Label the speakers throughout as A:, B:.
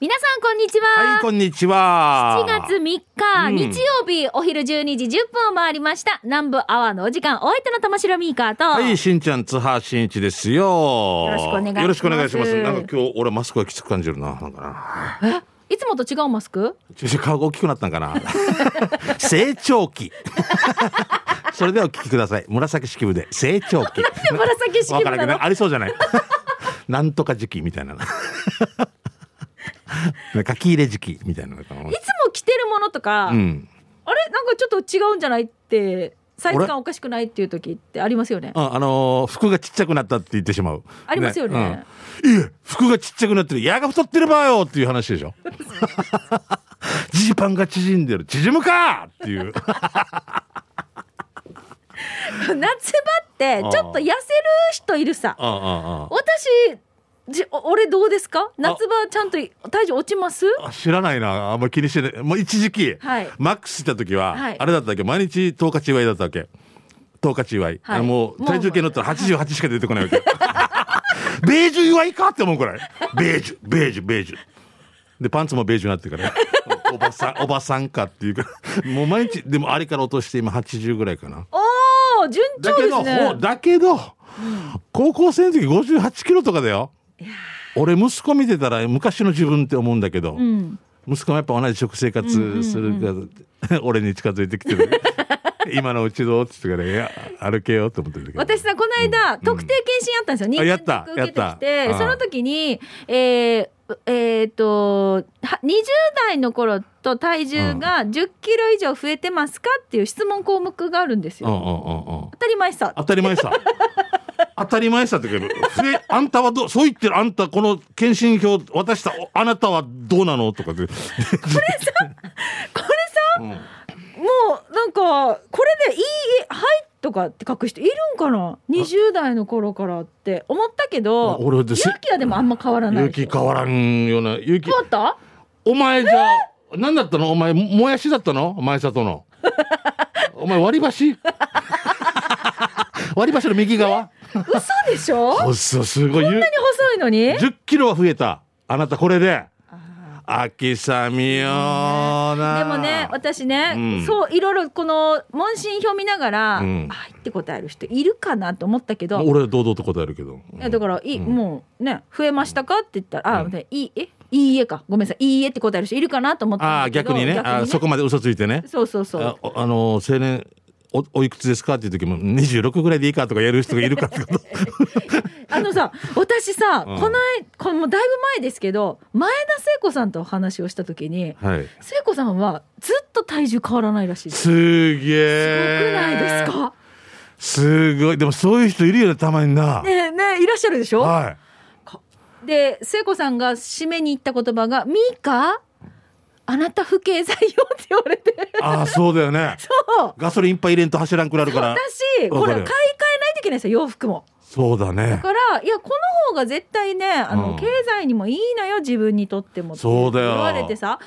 A: 皆さんこんにち
B: はい、
A: は。
B: こんにちは。
A: 7月3日、
B: うん
A: 日曜日、お昼12時10分を回りました。南部アワーのお時間、お相手の玉城ミーカーと、
B: はい、しんちゃん、津波しんいちですよ。
A: よろしくお願いします
B: よろしくお願いします。なんか今日、俺マスクがきつく感じるな。なんかな。
A: いつもと違うマスク
B: ちょちょ顔が大きくなったん かな。成長期。それではお聞きください。紫式部で成長期。
A: 紫式
B: わ
A: 部
B: からん
A: な
B: け
A: の
B: どありそうじゃない。 なんとか時期みた いな。書き入れ時期みたいなのかな。
A: いつも着てるものとか、
B: うん。
A: あれなんかちょっと違うんじゃないって、サイズ
B: あれ
A: 感おかしくないっていう時ってありますよね。
B: あ、あのー服がちっちゃくなったって言ってしまう。
A: ありますよね
B: うんいえ、服がちっちゃくなってる。矢が太ってればよっていう話でしょ。 ジーパンが縮んでる。縮むかって いう。
A: 夏場って、ちょっと痩せる人いるさ。
B: あああ
A: 私、じお俺どうですか夏場ちゃんと体重落ちます
B: あ知らないな。あんま気にしてない。もう一時期、
A: はい
B: マックス行った時は、
A: はい
B: あれだったっけ毎日10日祝いだったわけ。10日祝い。
A: はい
B: あのもう
A: もう
B: 体重計乗ったら88しか出てこないわけ。 ベージュ祝いかって思うくらい。ベージュ、ベージュ、ベージュ。で、パンツもベージュになっ てから。おおばさん、おばさんかっていうか。もう毎日、でもあれから落として今80ぐらいかな。
A: おー、順
B: だ
A: 調
B: け
A: で
B: ど、
A: すね
B: ほ。だけど、高校生の時58キロとかだよ。俺息子見てたら昔の自分って思うんだけど、
A: うん。
B: 息子もやっぱ同じ食生活するから、俺に近づいてきてる 今のうちどうって言ってからいや歩けようと思ってるんだけど
A: 私さこの間、特定検診やったんですよ認
B: あや
A: 定
B: っ
A: 検
B: た
A: 索受けてき
B: やった
A: て
B: ああ
A: その時にえーえーっとは20代の頃と体重が1 0キロ以上増えてますかっていう質問項目があるんです
B: うんうん
A: よ
B: うんうん
A: 当たり前さ
B: 当たり前さ当たり前さって言うけどふえあんたはどうそう言ってるあんたこの検診票渡したおあなたはどうなのとかで
A: これさ
B: うん
A: もうなんかこれでいい「はい」とかって書く人いるんかな20代の頃からって思ったけど
B: あ俺で
A: 勇
B: す
A: 気はでもあんま変わらない
B: 勇
A: でしょ
B: 気変わらんような勇気
A: 変わった
B: お前じゃあ何だったのお前ももやしだったの前 里のお前割り箸割り箸の右側
A: 嘘でし ょこんな
B: そうそうすごい。ゆ
A: に細いのに
B: 10キロは増えた。あなたこれで。秋さみよな。
A: でもね、私ね、
B: うん
A: そう、いろいろこの問診票見ながら、
B: うん
A: はいって答える人いるかなと思ったけど、い
B: 俺は堂々と答えるけど。
A: やだから、いい、
B: うん
A: もうね、増えましたかって言ったら、あ、ねいいえ、いいえか、ごめんなさい、いいえって答える人いるかなと思った
B: あ
A: ん
B: あ、
A: だけど
B: 逆にねあーそこまで嘘ついてね。
A: そうそうそう。
B: あおあのー、青年、お、おいくつですかっていう時も、26ぐらいでいいかとかやる人がいるかって こと。
A: あのさ、私さ、
B: うん
A: この間、これもうだいぶ前ですけど、前田聖子さんとお話をした時に、
B: はい。
A: 聖子さんはずっと体重変わらないらしいです。
B: すげ
A: すご
B: え。
A: くないですか
B: すごい。でもそういう人いるよね、たまにな。
A: ねえねえいらっしゃるでしょ
B: はい。
A: で聖子さんが締めに行った言葉が「ミーカあなた不敬罪よ」って言われて
B: ああ、そうだよね。
A: そう
B: ガソリンいっぱい入れんと走らんくなるから。
A: 私
B: わ
A: こ
B: か
A: れ買
B: る
A: い替えないといけないんですよ洋服も
B: そうだね
A: だ。からいやこの方が絶対ねあの、
B: うん
A: 経済にもいいのよ自分にとってもって
B: そうだよ
A: 言われてさ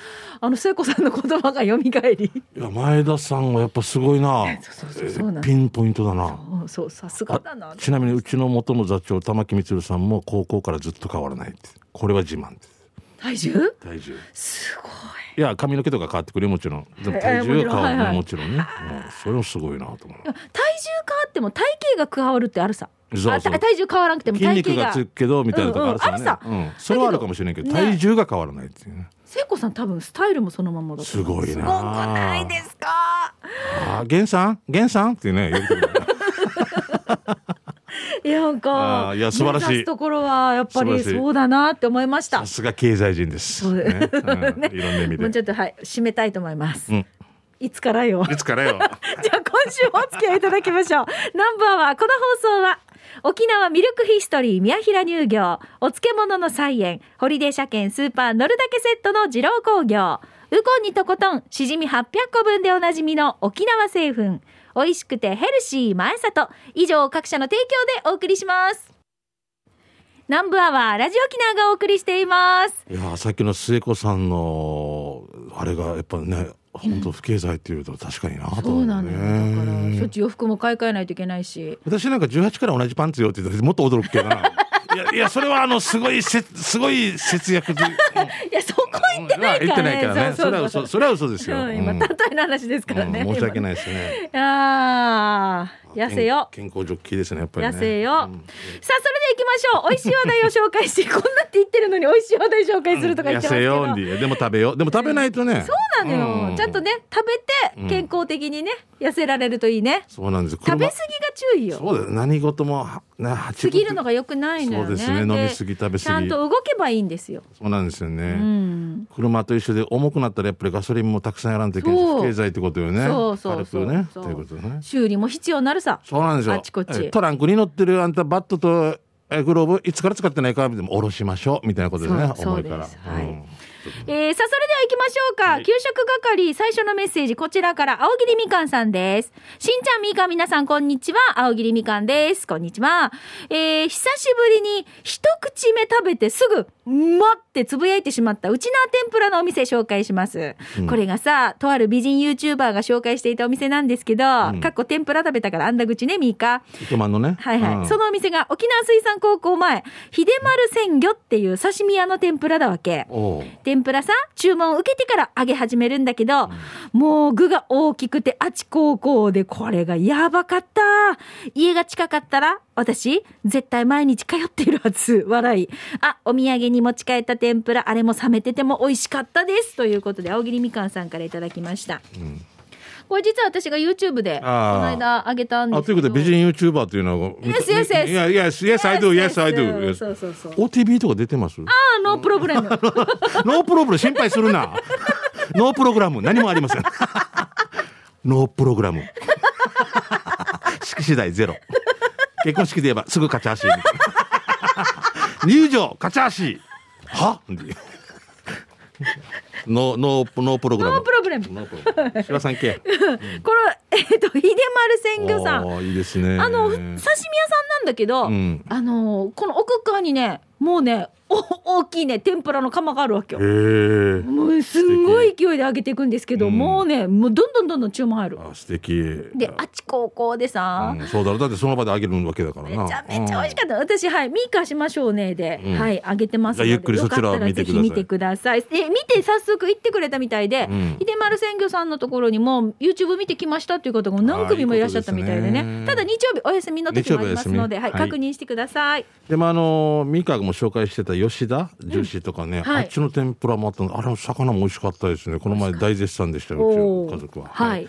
A: あの聖子さんの言葉がよみがえり
B: いや前田さんはやっぱすごいな。
A: そうそうそうそうなん
B: ピンポイントだな。
A: そうそうさすがだな
B: あちなみにうちの元の座長玉木光さんも高校からずっと変わらないって。これは自慢です。
A: 体重
B: 体重。
A: すごい
B: いや髪の毛とか変わってくれもちろん。でも
A: えー
B: 体重は変わらないも
A: も
B: ちろんね。うんそれもすごいなと思う。
A: 体重変わっても体型が変わるってあるさ
B: そうそう
A: あた体重変わらなくても
B: 筋
A: 体
B: 肉
A: 型
B: が
A: が
B: つくけどみたいなとこある
A: うんうん
B: さ
A: あ
B: ね。うん
A: るさ
B: それはあるかもしれないけど
A: だけど
B: 体重が変わらないっていうね。
A: 聖子さん多分スタイルもそのまんまだと
B: す
A: 思う
B: ごいな。
A: すごくないですか
B: ああ源さん源さんって ね。よく言う
A: いやなん
B: あ
A: か
B: ーいや素晴らしい
A: 目指すところはやっぱり
B: 素晴らしい
A: そうだなって思いました
B: さすが経済人です。
A: そう
B: ねうんいろんな
A: ね
B: 意味
A: もうち
B: で。
A: ょっとはい締めたいと思います、
B: うん
A: いつからよ
B: いつからよ。
A: じゃあ今週もお付き合いいただきましょうナンバーはこの放送は沖縄ミルクヒストリー宮平乳業お漬物の菜園ホリデー車検スーパー乗るだけセットの二郎工業ウコンにとことんしじみ800個分でおなじみの沖縄製粉美味しくてヘルシー前里以上各社の提供でお送りします南部アワーラジオ沖縄がお送りしています
B: いやーさっきの末子さんのあれがやっぱね本当不敬罪っていうと確かになと
A: そ
B: 思
A: う
B: う
A: なのよだからしょっ
B: ね
A: ちゅう洋服も買い替えないといけないし
B: 私なんか18から同 じパンツよって言ったらもっと驚くけどないやいやそれはあのすごいせすごい節約という
A: いや、そこ行ってない
B: 言
A: か
B: って
A: ら
B: ない
A: ね。
B: からね。それは嘘、それは嘘ですよ。
A: うん、今、
B: うん
A: 例えの話ですからね。
B: うん申し訳
A: い。
B: ないですね。
A: ああ、痩せよ。
B: 健健康ジョッキーですね、やっぱり、ね。
A: 痩せよう、
B: うん
A: さあそれでいきましょう美味しい話題を紹介してこんなって言ってるのに美味しい話題紹介するとか言ってますけど、
B: 痩せようんででも食べようでも食べないとね、
A: そうなのよ、
B: うん
A: ちゃんとね食べて健康的にね痩せられるといいね
B: そうなんです
A: 食べ過ぎが
B: 車
A: 注意よ
B: そうだよ何事もはね
A: 過
B: 八分
A: ぎるのが良くないのよね
B: そうですね飲み過ぎ食べ過ぎ
A: ちゃんと動けばいいんですよ、
B: そうなんですよね、
A: うん、
B: 車と一緒で重くなったらやっぱりガソリンもたくさんやらんといけないし
A: そう
B: 経済ってことよね
A: そうそうそう
B: 軽くね
A: そう
B: ということね
A: 修理も必要になるさ
B: そうなんですよ
A: あちこち
B: えトランクに乗ってるあんたバットとえグローブいつから使ってないかでも下ろしましょうみたいなことですね
A: そうそう
B: 重い
A: です
B: から、
A: はい
B: うん
A: えーさあそれでは行きましょうか、給食係最初のメッセージこちらから青桐みかんさんですしんちゃんみーかん皆さんこんにちは青桐みかんですこんにちはえー久しぶりに一口目食べてすぐ「うまっ!」ってつぶやいてしまったうちな天ぷらのお店紹介します、
B: うん
A: これがさとある美人 YouTuber が紹介していたお店なんですけど、
B: ん
A: かっこ天ぷら食べたからあんだ口ねみーか
B: 糸満のね
A: はいはい。
B: うん
A: そのお店が沖縄水産高校前、秀丸鮮魚っていう刺身屋の天ぷらだわけ。
B: おう
A: 天ぷらさ、注文を受けてから揚げ始めるんだけど、もう具が大きくてあち高校でこれがやばかった。家が近かったら、私、絶対毎日通っているはず。笑い。あ、お土産に持ち帰った天ぷら、あれも冷めてても美味しかったです。ということで、青桐みかんさんからいただきました。
B: ん
A: これ実は私が YouTube で、こ
B: あー
A: の間あげたんです
B: あ
A: け
B: という
A: ど
B: ことで美人 YouTuber というのは
A: Yes, yes, yes.
B: いや yes yes I do yes I do yes
A: そうそうそう。
B: OTB とか出てますノ
A: あのプロ グラム。
B: ープログラム心配するなノープログラム何もありませんノープログラム式次第ゼロ結婚式で言えばすぐ勝ち足入場勝ち足はノーノーノープログラム
A: ノープログラム。こ
B: ノープログラム柴さん系
A: れ、えっと、秀丸鮮魚さん。
B: おーいいですね
A: あの、刺身屋さんなんだけど、
B: うん
A: あの、この奥側にね、もうね、お大きいね、天ぷらの釜があるわけよ。
B: へえ
A: もうすんごい勢いで揚げていくんですけど、
B: うん
A: もうね、もうどんどんどんどん注文入る。
B: あ素敵
A: で、あっち高校でさ、
B: うん、そうだろうだってその場であげるわけだからな
A: めちゃめちゃ美味しかった。私、はい、ミーカーしましょうねで、
B: うん
A: はい、あげてますので。
B: じゃあゆっくりそちらを見てください
A: よかったらぜひ見てください。で、見て早速行ってくれたみたいで、
B: うん
A: 秀丸鮮魚さんのところにも YouTube 見てきましたっていう方が何組もいらっしゃったみたいでね
B: あーいいことですね
A: ただ日曜日お休みの時もありますので、
B: 日曜日お休み
A: はい、
B: はい
A: 確認してください、
B: うんでもあのー、ミカも紹介してた吉田ジューシーとかね、
A: はい
B: あっちの天ぷらもあったのあれも魚も美味しかったですねこの前大絶賛でしたようち
A: お
B: の
A: ー
B: 家族は
A: はい、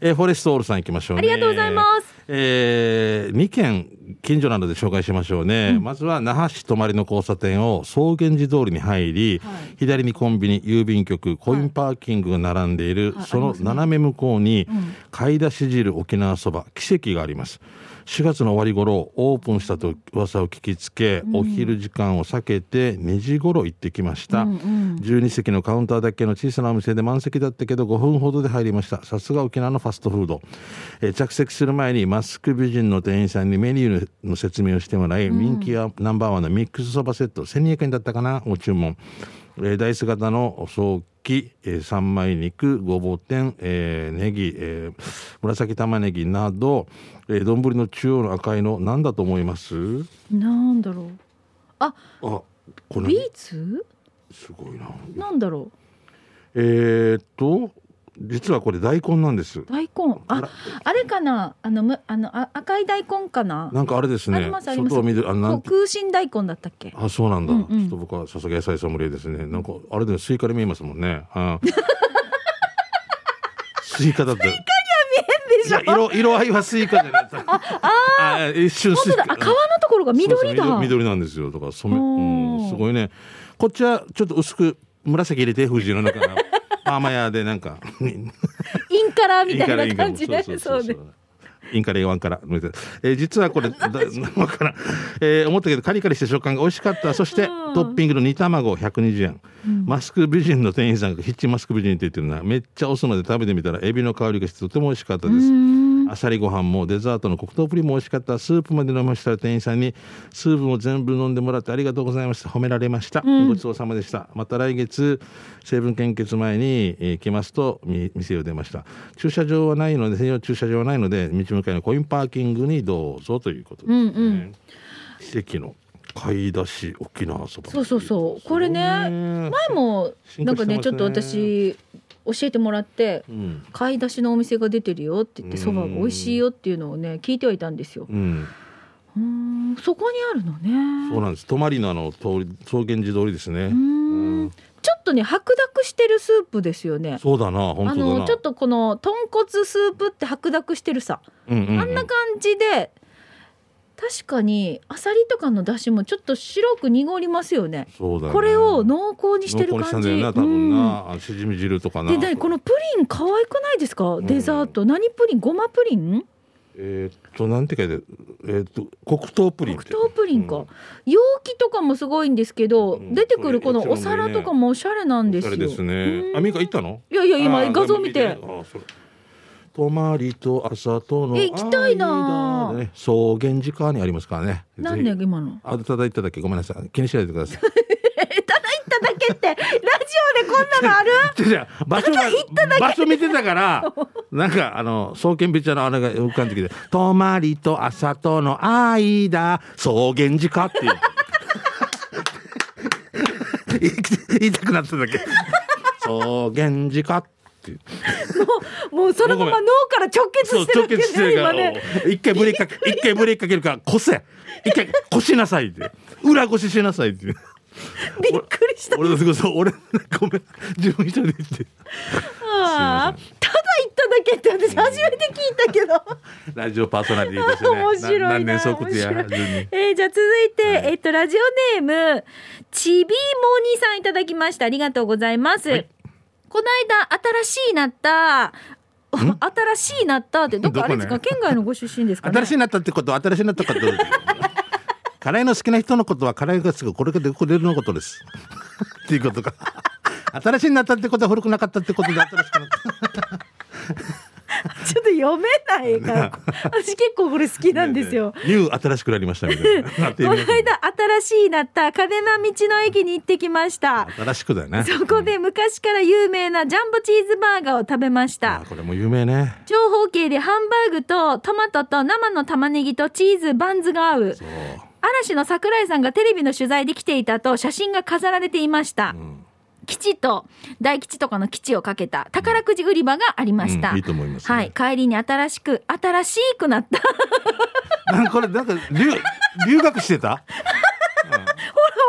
B: えーフォレストオールさん行きましょうね
A: ありがとうございます
B: えー、2軒近所なので紹介しましょうね、まずは那覇市泊まりの交差点を草原寺通りに入り、
A: はい
B: 左にコンビニ郵便局コインパーキングが並んでいる、
A: はいあ
B: そ
A: り
B: の
A: ますね
B: 斜め向こうに、
A: うん
B: 買い出し汁沖縄そば奇跡があります4月の終わり頃オープンしたと噂を聞きつけ、お昼時間を避けて2時頃行ってきました、
A: うんうん
B: 12席のカウンターだけの小さなお店で満席だったけど5分ほどで入りましたさすが沖縄のファストフード、えー着席する前にマスク美人の店員さんにメニューの説明をしてもらい、人気はナンバーワンのミックスそばセット1200円だったかなを注文、えーダイス型の早期、えー三枚肉ごぼう天、えーネギ、えー紫玉ねぎなど丼、えー、丼の中央の赤いの何だと思います
A: なんだろうあ
B: あこ
A: ビ
B: れ
A: ーツ
B: すごいな
A: なんだろ
B: えーっと実はこれ大根なんです
A: う大根ああれかなあのむあのあ赤い大根かな
B: なんかあれです
A: あ
B: ね
A: りますあります
B: 外を見るあな
A: こ
B: んて
A: う空心大根だったっ け
B: あそうなんだ、
A: うんうん
B: ちょっと僕はさすが野菜ソムリエですねなんかあれでもスイカに見えますもんね、 うん、スイカだったスイ
A: でしょ
B: 色色合いはスイカじゃないああ一瞬ス
A: 本当
B: イ
A: だ
B: カ
A: あ皮のところが
B: そうそう
A: 緑だ
B: 緑緑なんですよとか染め、
A: おー
B: うん、すごいねこっちはちょっと薄く紫入れて藤士の中のパーマ屋でなんか
A: インカラーみ
B: イン
A: た
B: カレ
A: いな
B: インカレ
A: 感じでそうね
B: インカレワンから、えー実はこれ、だわからん、えー思ったけど、カリカリした食感が美味しかった。そして、
A: うん
B: トッピングの煮卵120円、マスク美人の店員さんがヒッチマスク美人って言ってるな。めっちゃ押すので食べてみたら、エビの香りがしてとても美味しかったです。あさりご飯もデザートの黒糖プリンも美味しかった。スープまで飲みましたら店員さんに、スープも全部飲んでもらってありがとうございました。褒められました。ごちそうさまでした。また来月、成分献血前に、えー来ますと、み店を出ました。駐車場はないので、専用駐車場はないので、道向かいのコインパーキングにどうぞということですね。
A: うんうん
B: 奇跡の買い出し沖縄そば
A: そうそうそうこれね
B: 前
A: 前も
B: 進
A: な
B: 化
A: んかね
B: して
A: ちょっと
B: ますね
A: 私教えてもらって
B: うん、
A: 買い出しのお店が出てるよって言って
B: うん
A: そばが美味しいよっていうのをね聞いてはいたんですよ
B: うん、
A: うーんそこにあるの
B: そう
A: ね
B: なんです泊まりなの通り草原寺通りですね
A: うー、ん
B: うん
A: ちょっとね白濁してるスープですよね
B: そうだな
A: あ
B: 本当だ
A: の
B: な
A: ちょっとこの豚骨スープって白濁してるさ
B: うんうんうん
A: あんな感じで確かにあさりとかの出汁もちょっと白く濁りますよね
B: そうだね
A: これを濃厚にしてる
B: 濃厚
A: 感
B: にしたん
A: じ
B: だよな多分な、あしじみ汁とか
A: うん
B: な
A: で何このプリン可愛くないですか
B: ん
A: デザート何プリンごまプリン
B: えーっとなんて書いてあるえーっと黒糖プリン
A: 黒
B: って
A: 糖プリン
B: う
A: か
B: ん
A: 容器とかもすごいんですけど
B: うん
A: 出てくるこの
B: これ
A: お皿とかもおしゃれなんですよ
B: おしゃれですね
A: うん
B: アミカ行ったの
A: いやいや
B: あ
A: 今
B: ー
A: 画像見
B: あ
A: て
B: ーそれ泊まりと朝との
A: え行きたいなー
B: 間でね草原時間にありますからね
A: なんで
B: ぜひ
A: 今の
B: あいただいただけごめんなさい気にしないでくださ
A: い
B: い
A: ただいただけってラジオでこんなのあ る
B: じゃあじゃあ場所が場所見てたからなんかあの草原べちゃのあれが浮かんできて「泊まりと朝との間草原時間」っていう言い言いたくなっただけ「草原時間」っていう
A: もうそのまま脳から直結
B: そう
A: してる
B: 直
A: って
B: 結して
A: いうね
B: るか
A: 今
B: ら、
A: ね
B: お一回ブレーキかけ一回ブレーキかけるからこせ一回こしなさいって裏こししなさいって
A: びっくりした
B: 俺のそう俺ごめん自分一人で言って
A: あーただ言っただけって私初めて聞いたけど
B: ラジオパーソナリティとして ね
A: 面白いな
B: 何年そういうことや
A: 面白
B: るに
A: えー、じゃあ続いて、えっとラジオネームちびもにさんいただきましたありがとうございます、
B: はい
A: この間新しいなった 新しいなったってどっかあれですか、
B: どこね
A: 県外のご出身ですかね
B: 新しいなったってことは新しいなったこと辛いの好きな人のことは辛いがつくこれがこれのことです っていうことか新しいなったってことは古くなかったってことで新しくなっ た
A: ちょっと読めないから こ私結構これ好きなんですよ
B: ニュー新しくなりましたみたいな
A: この間 新しいなった金間道の駅に行ってきました
B: 新しくだよね
A: そこで昔から有名なジャンボチーズバーガーを食べまし
B: あ
A: た
B: ー。これも有名ね
A: 長方形でハンバーグとトマトと生の玉ねぎとチーズバンズが合う
B: そう
A: 嵐の桜井さんがテレビの取材で来ていたと写真が飾られていました、
B: ん
A: 吉と大吉とかの吉をかけた宝くじ売り場がありました、
B: うんいいと思いますね
A: はい帰りに新しく新しくなった ほ
B: なんかこれなんか留留学してた
A: ら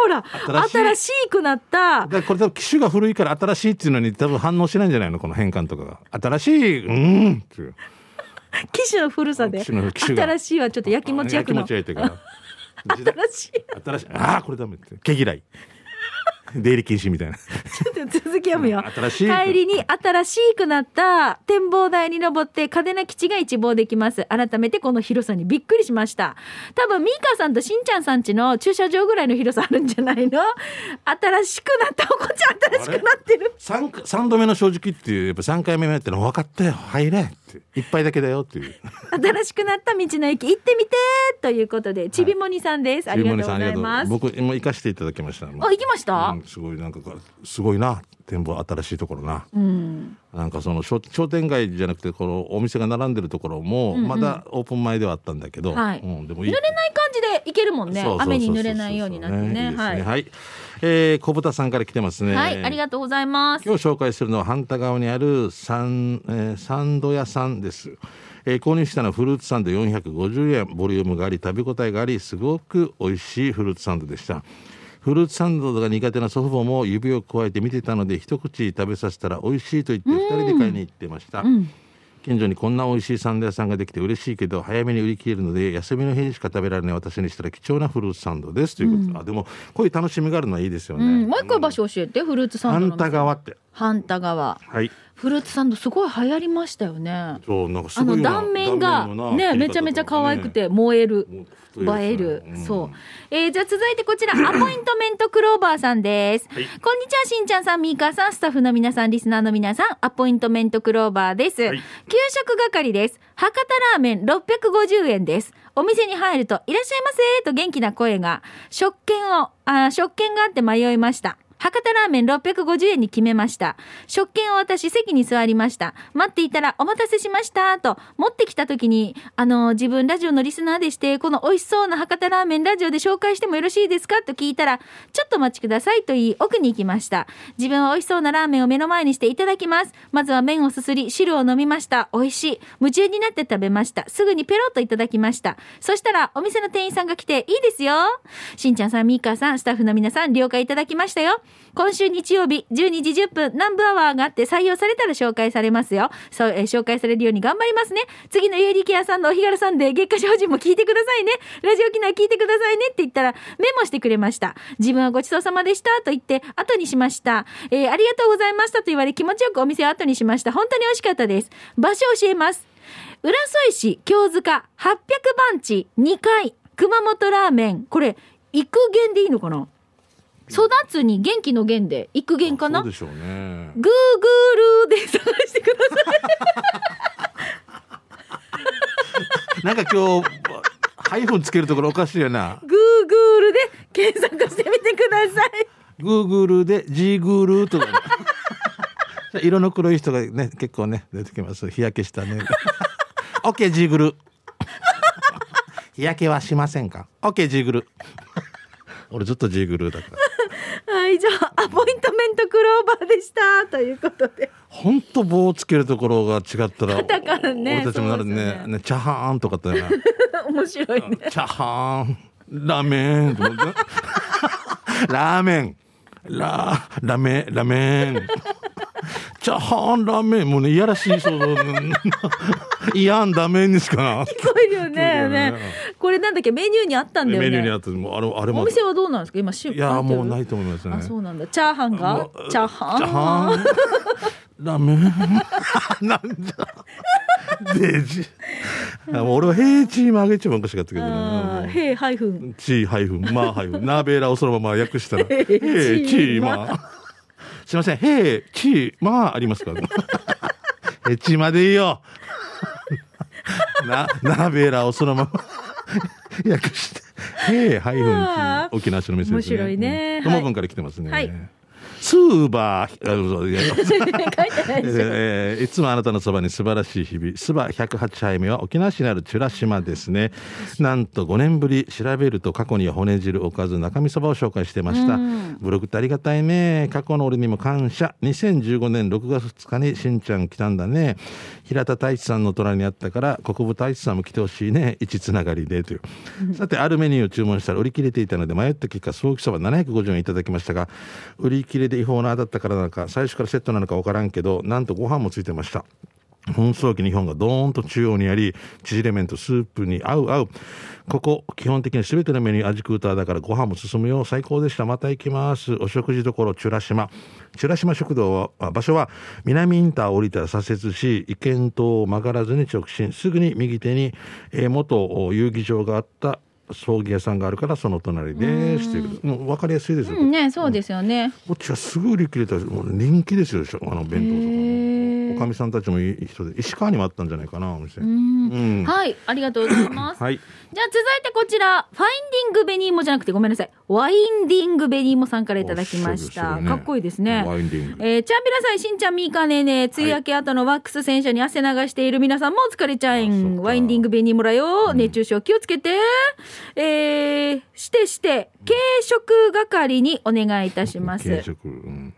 A: ほら
B: 新しい
A: 新しくなった
B: だからこれ多分機種が古いから新しいっていうのに多分反応しないんじゃないのこの変換とかが新しいうーんっていう
A: 機種の古さで
B: 機種の機種が
A: 新しいはちょっとやきもち
B: や
A: 焼
B: き
A: く
B: も
A: の
B: ち焼 いてから時代
A: 新しい
B: 新しいああこれダメって毛嫌い 出入り禁止みたいな
A: ちょっと 続き読むよ。
B: 新しい
A: 帰りに新しくなった展望台に登って嘉手納基地が一望できます。改めてこの広さにびっくりしました。多分ミーカーさんとしんちゃんさんちの駐車場ぐらいの広さあるんじゃないの新しくなった。こっち新しくなって る。
B: 三三度目の正直っていうやっぱ三回目もやっての分かったよ入れって一杯だけだよっていう
A: 新しくなった道の駅行ってみてということで、ちびもにさん です。ありがとうございます。
B: 僕も行かせていただきましたあ
A: あ、行きました、
B: うん、すごいなんかこうすごいな展望新しいところな、なんかその商商店街じゃなくてこのお店が並んでるところもまだオープン前ではあったんだけど、
A: はい
B: うん、でも
A: 濡れない感じで行けるもんね
B: そうそうそうそう
A: 雨に濡れないようになってね
B: いいです
A: は
B: ね
A: い、
B: はい、えー、小豚さんから来てますね
A: はい、ありがとうございます
B: 今日紹介するのは半田川にあるサン,、えーサンド屋さんです、えー購入したのはフルーツサンド450円ボリュームがあり食べ応えがありすごく美味しいフルーツサンドでしたフルーツサンドが苦手な祖父母も指を加えて見てたので一口食べさせたら美味しいと言って2人で買いに行ってました、近所にこんな美味しいサンド屋さんができて嬉しいけど早めに売り切れるので休みの日にしか食べられない私にしたら貴重なフルーツサンドですということ、あでもこういう楽しみがあるのはいいですよね、
A: うん、もう一個場所教えて、フルーツサンドの
B: 半
A: 店
B: 田川って
A: 半田川
B: はい
A: フルーツサンドすごい流行りましたよねあ
B: そうなんかすごい
A: の
B: よな
A: 断面が
B: 断面のな
A: ね
B: 切り方とか
A: めちゃめちゃ可愛くて燃える、
B: もう太いですね
A: 映える、
B: うん
A: そう、えーじゃあ続いてこち らアポイントメントクローバーさんです、
B: はい
A: こんにちはしんちゃんさんみーかーさんスタッフの皆さんリスナーの皆さんアポイントメントクローバーです、
B: はい
A: 給食係です博多ラーメン650円ですお店に入るといらっしゃいませと元気な声が食券をあー食券があって迷いました博多ラーメン650円に決めました。食券を渡し席に座りました。待っていたらお待たせしましたと持ってきた時に、あの、自分ラジオのリスナーでして、この美味しそうな博多ラーメンラジオで紹介してもよろしいですかと聞いたら、ちょっとお待ちくださいと言い奥に行きました。自分は美味しそうなラーメンを目の前にしていただきます。まずは麺をすすり、汁を飲みました。美味しい。夢中になって食べました。すぐにペロッといただきました。そしたら、お店の店員さんが来て、いいですよ。しんちゃんさん、みーかーさん、スタッフの皆さん、了解いただきましたよ。今週日曜日、12時10分、南部アワーがあって採用されたら紹介されますよ。そう、えー紹介されるように頑張りますね。次の有力屋さんのお日柄さんで、月下精進も聞いてくださいね。ラジオ機内聞いてくださいねって言ったら、メモしてくれました。自分はごちそうさまでしたと言って、後にしました。えーありがとうございましたと言われ、気持ちよくお店を後にしました。本当に美味しかったです。場所を教えます。浦添市京塚800番地2階熊本ラーメン。これ、育源でいいのかな育つに元気の元で育源かな
B: そうでしょうね。
A: グーグルで探してください。
B: なんか今日、 ハイフンつけるところおかしいよな。
A: グーグルで検索してみてください。
B: グーグルで、ジーグルとか、 色の黒い人がね、結構ね、出てきます。日焼けしたね。 オッケー、ジーグル。 日焼けはしませんかオッケー、ジーグル。俺ずっとジーグルだから。
A: はい、以上、アポイントメントクローバーでした。ということで。
B: ほんと棒つけるところが違ったら、
A: カタカナね
B: 俺たちもなる
A: そうです
B: ね
A: よ。ね
B: ね、チャハーンとかってね。
A: 面白いね。
B: チャーハン、ラーメン、と思ってラーメン、ラー、ラメ、ラメン。チャーハン、ラーメン、もうね、いやらしい想像。いやん、ラメンにしかな。
A: すごいよね。
B: そうだ
A: ね
B: よね
A: これなんだっけ、メニューにあったんだよね。
B: メニューにあった、もう、あれ、あれ
A: お
B: も。
A: 店はどうなんですか今、し
B: いや、もうないいと思いますね。
A: あ、そうなんだ。チャーハンが
B: もう
A: チャーハン。
B: チャーハン。ラーメン。なんだ。デジ。あもう俺は平地に曲げちゃうもおかしかったけどね。も
A: あ
B: う
A: ーへい、ハイフン。
B: チーハイフン、マーハイフン、ナーベーラをそのまま 訳したら、へ
A: へ
B: ーチ
A: ー
B: ーマー。すいません、へーチーマーありますから、へちまでいいよ。な、ナーベーラをそのまま訳して、へーハイフンチ
A: あ
B: ー、
A: ー
B: 沖縄市の店ですね。
A: 面白いね
B: うん
A: はい
B: 友分から来てますね。
A: はい
B: スーバー、あそうい や
A: 書いてないでしょ。
B: えーいつもあなたのそばに素晴らしい日々そば108杯目は沖縄市にある美ら島ですねなんと5年ぶり調べると過去には骨汁おかず中身そばを紹介してましたブログってありがたいね過去の俺にも感謝2015年6月2日にしんちゃん来たんだね平田太一さんの隣にあったから国分太一さんも来てほしいね一つながりでというさてあるメニューを注文したら売り切れていたので迷った結果ソーキそば750円いただきましたが売り切れで違法なだったからなのか最初からセットなのか分からんけどなんとご飯もついてました本草機2本がドーンと中央にあり縮れ麺とスープに合う合うここ基本的に全てのメニュー味クーターだからご飯も進むよ最高でしたまた行きますお食事処チュラ島チュラ島食堂はあ場所は南インターを降りたら左折し意見島を曲がらずに直進すぐに右手に、えー元お遊技場があった葬儀屋さんがあるからその隣ですということでもう分かりやすいですよ、
A: うんね、そうですよね。
B: こっちはすぐ売り切れたらもう人気ですよあの弁当とかも。
A: へ
B: お
A: ー
B: かみさんたちもいい人で石川にもあったんじゃないかなお店、
A: うん
B: うん
A: はい、ありがとうございます。
B: はい
A: じゃあ続いてこちら、ファインディングベニーモじゃなくてごめんなさい。ワインディングベニーモさんからいただきまし
B: お
A: た。
B: そうですよね
A: かっこいいですね。
B: ワインディング
A: えー、チャンピラさん、しんちゃん、みーかねーねー、梅雨明け後のワックス洗車に汗流している皆さんもお疲れちゃい
B: あそ
A: ん。
B: っか
A: ワインディングベニーモラよ、熱中症気をつけて。えー、してして、軽食係にお願いいたします。
B: 軽食、うん、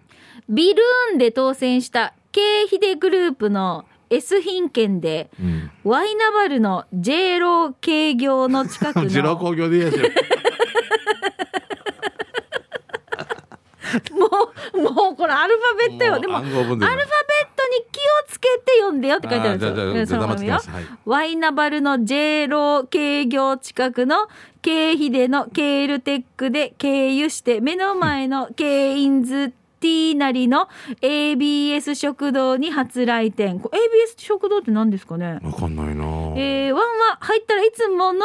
A: ビルーンで当選した経費でグループの S 品券で、
B: うん
A: ワイナバルの J ロー軽業の近くの
B: 二郎工業でいいですよ
A: もう、もうこれアルファベット
B: も
A: よ。
B: う
A: でも、アル
B: 暗
A: ファベッ
B: 号
A: トに
B: 文でも
A: 気をつけて読んでよって書いてあるんですよ。
B: あー
A: う
B: じゃあじゃあ
A: ん
B: じゃあ
A: そのまま
B: 黙ってきます
A: よ
B: はい
A: ワイナバルの J ロー軽業近くの軽秀でのケールテックで経由して、目の前の軽インズティーナリの ABS 食堂に初来店。こ ABS 食堂って何ですかね
B: わかんないなぁ、
A: えー、ワンは入ったらいつもの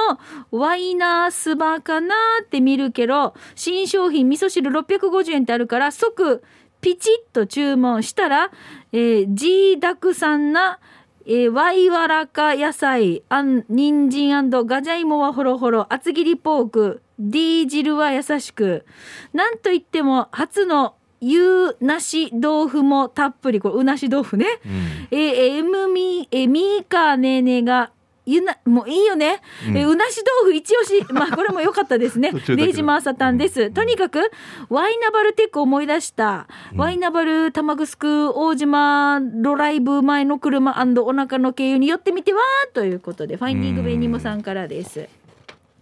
A: ワイナースバかなーって見るけど、新商品味噌汁650円ってあるから、即ピチッと注文したら、えー、G ダクさんな、えー、ワイワラカ野菜、あん、人参ガジャイモはほろほろ、厚切りポーク、D 汁は優しく、なんといっても初のゆうなし豆腐もたっぷり、これ、うなし豆腐ね。
B: うん
A: えー、えー、むみ、えー、みーかねーねーが、ゆな、もういいよね。えーうなし豆腐一押し。 まあ、これも良かったですね
B: 途中。だけど
A: レイジマーサタンです。とにかく、ワイナバルテック思い出した。ワイナバル玉城大島ロライブ前の車お腹の経由に寄ってみてはということで、ファインディングベニモさんからです。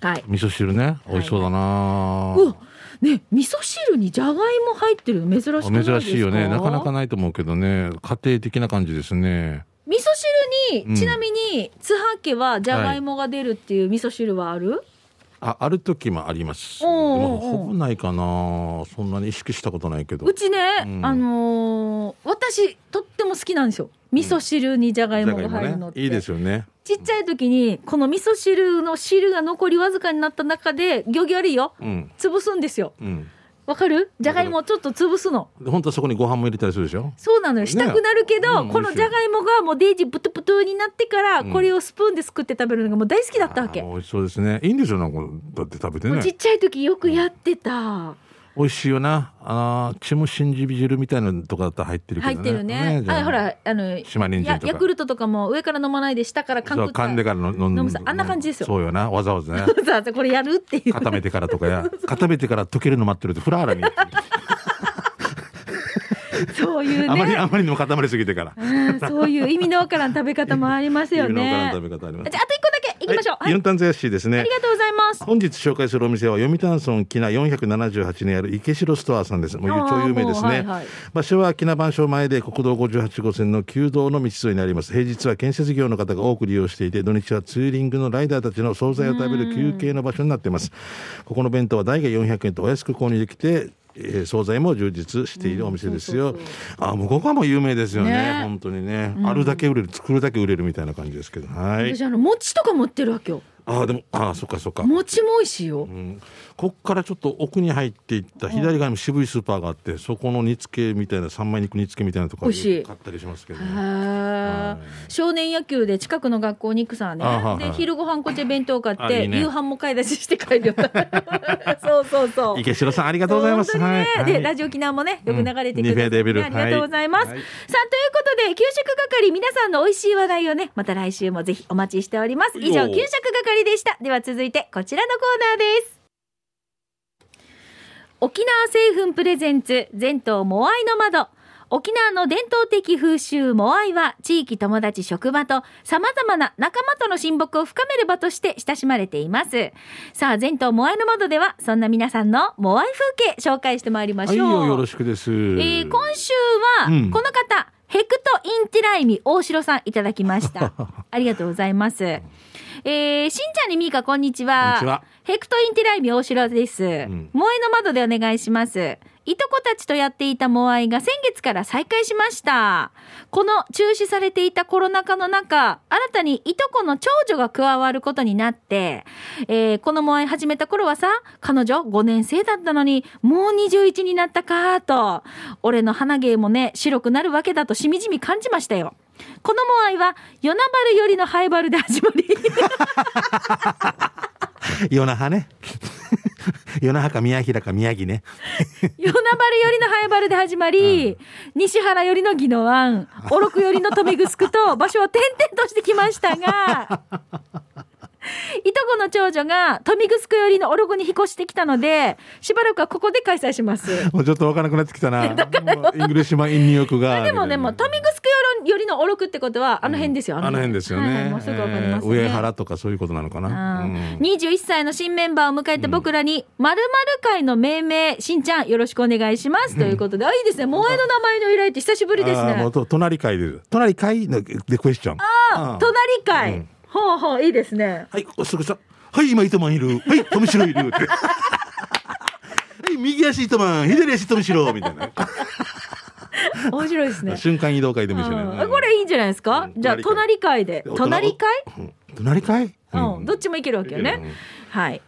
A: はい。
B: 味噌汁ね美味しそうだな、
A: おね、味噌汁にじゃがいも入ってるの珍しくないですか
B: 珍しいよねなかなかないと思うけどね家庭的な感じですね
A: 味噌汁に、
B: うん
A: ちなみに津波家はじゃがいもが出るっていう味噌汁はある、
B: あある時もありますで
A: おうおうお
B: も
A: う
B: ほぼないかなそんなに意識したことないけど
A: うちね、
B: うん
A: あのー私とっても好きなんですよ味噌汁にじゃがいもが入るのって、
B: いいですよね
A: ちっちゃい時にこの味噌汁の汁が残りわずかになった中で行儀悪いよ
B: うん
A: 潰すんですよ
B: うん
A: わかるじゃがいもをちょっと潰すの
B: で本当はそこにご飯も入れたりするでしょ
A: そうなのよ
B: ね
A: したくなるけど、
B: うん
A: このじゃがいもがもうデイジープトゥプトゥになってから、
B: うん
A: これをスプーンですくって食べるのがもう大好きだったわけ、
B: あー美味しそうですねいいんですよなんかだって食べて
A: もう
B: ね
A: ちっちゃい時よくやってた。
B: 美味しいよなあーチムシンジビ汁みたいなのとかだったら入ってるけどね
A: 入ってるね。
B: じゃ
A: あ、ほら、あの、
B: 島人参
A: や
B: とか
A: ヤクルトとかも上から飲まないで下から
B: そ
A: 缶
B: う
A: 食った
B: 噛んでからの飲
A: 飲むさあんな感じですよ
B: そうよなわざわざね
A: わざわざこれやるっていう。
B: 固めてから とかや固めてから溶けるの待ってるってフラーラに
A: そういう
B: あまり
A: ね。
B: あまりにも固まりすぎてから
A: うんそういう意味のわからん食べ方もありますよ
B: いろいろ
A: ね
B: な。食べ方あります
A: じゃあ、あと一個だけ行きましょう。はい。
B: ユンタンゼヤシーです
A: あ
B: ね
A: りがとうございます。
B: 本日紹介するお店は読谷村キナ478にある池城ストアさんですもう
A: あー
B: 超有名で
A: も
B: すね、
A: うはいはい
B: 場所はキナ番所前で国道58号線の旧道の道沿いにあります平日は建設業の方が多く利用していて土日はツーリングのライダーたちの惣菜を食べる休憩の場所になっていますここの弁当は代が400円とお安く購入できてえー惣菜も充実しているお店ですよ。あ、もうここはもう有名ですよね。
A: ね
B: 本当にね、あるだけ売れる、作るだけ売れるみたいな感じですけど。はい。
A: 私、あの、餅とか持ってるわけよ。
B: あ、でも、あ、そっかそっか。
A: 餅も美味しいよ。
B: うんここからちょっと奥に入っていった左側に渋いスーパーがあって、そこの煮付けみたいな三枚肉煮付けみたいなとこ
A: 美味
B: ろ
A: しい
B: 買ったりしますけど、
A: へ
B: ね、
A: ー少年野球で近くの学校に行くさね
B: あはいはい
A: で昼ご飯こっちで弁当買っ
B: あ
A: て
B: いいね
A: 夕飯も買い出しして帰るよ そうそうそう
B: 池城さんありがとうございます
A: 本当にね、
B: はい
A: で
B: はい
A: ラジオ沖縄もねよく流れてく
B: うんニフェデビル
A: ねありがとうございます、さあ
B: はい
A: ということで給食係皆さんの美味しい話題をねまた来週もぜひお待ちしております以
B: いい
A: 上
B: よ
A: 給食係でしたでは続いてこちらのコーナーです沖縄製粉プレゼンツ全島モアイの窓沖縄の伝統的風習モアイは地域友達職場と様々な仲間との親睦を深める場として親しまれていますさあ全島モアイの窓ではそんな皆さんのモアイ風景紹介してまいりま
B: はい
A: しょう、
B: よろしくです、
A: えー今週は
B: うん
A: この方、ヘクトインティライミ大城さんいただきました ありがとうございますえー、しんちゃんにみーかこんにちは
B: こんにちは
A: ヘクトインティライミ大城です、
B: ん
A: モアイの窓でお願いしますいとこたちとやっていたモアイが先月から再開しましたこの中止されていたコロナ禍の中新たにいとこの長女が加わることになって、えーこのモアイ始めた頃はさ彼女5年生だったのにもう21になったかと俺の鼻毛もね白くなるわけだとしみじみ感じましたよこのモアイは与那原よりのハイバルで始まり
B: 夜那覇ね 夜那覇か宮平か宮城ね
A: 与那原寄りの早原で始まり、西原寄りの宜野湾、小禄寄りの豊見城と場所を転々としてきました が、いとこの長女が豊見城寄りの小禄に引っ越してきたので、しばらくはここで開催します。
B: もうちょっとわからなくなってきたな もうイングリッシュマンインニューヨークが
A: でもね、もう
B: みたい
A: 豊見城寄りの小禄ってことは、あの辺ですよ。
B: なあの辺ですよ
A: はいはい
B: ね、
A: もうすぐわかります、
B: え
A: ね
B: ー上原とかそういうことなのかな、
A: う
B: うんん
A: 21歳の新メンバーを迎えた僕らに、まる会の命名、しんちゃんよろしくお願いします。ということで、あ、いいですね。萌えの名前の由来って久しぶりです
B: あーも
A: ね
B: う。と隣会で隣会のでクエスチョンあ
A: 隣会、ほうほう、いいです ね。
B: はい、おすぐさ。はい、今、糸満いる。はい、富城いる。って はい、右足糸満、左足富城みたいな。
A: 面白いです ね。
B: 瞬間移動会でもいいしね。
A: うんこれいいんじゃないですか、
B: うん
A: じゃあ隣
B: 隣
A: 会で
B: うん
A: 隣会、
B: うん隣会
A: うんどっ
B: ち
A: ちもいけるわけよ
B: い
A: ね
B: けるうん
A: はい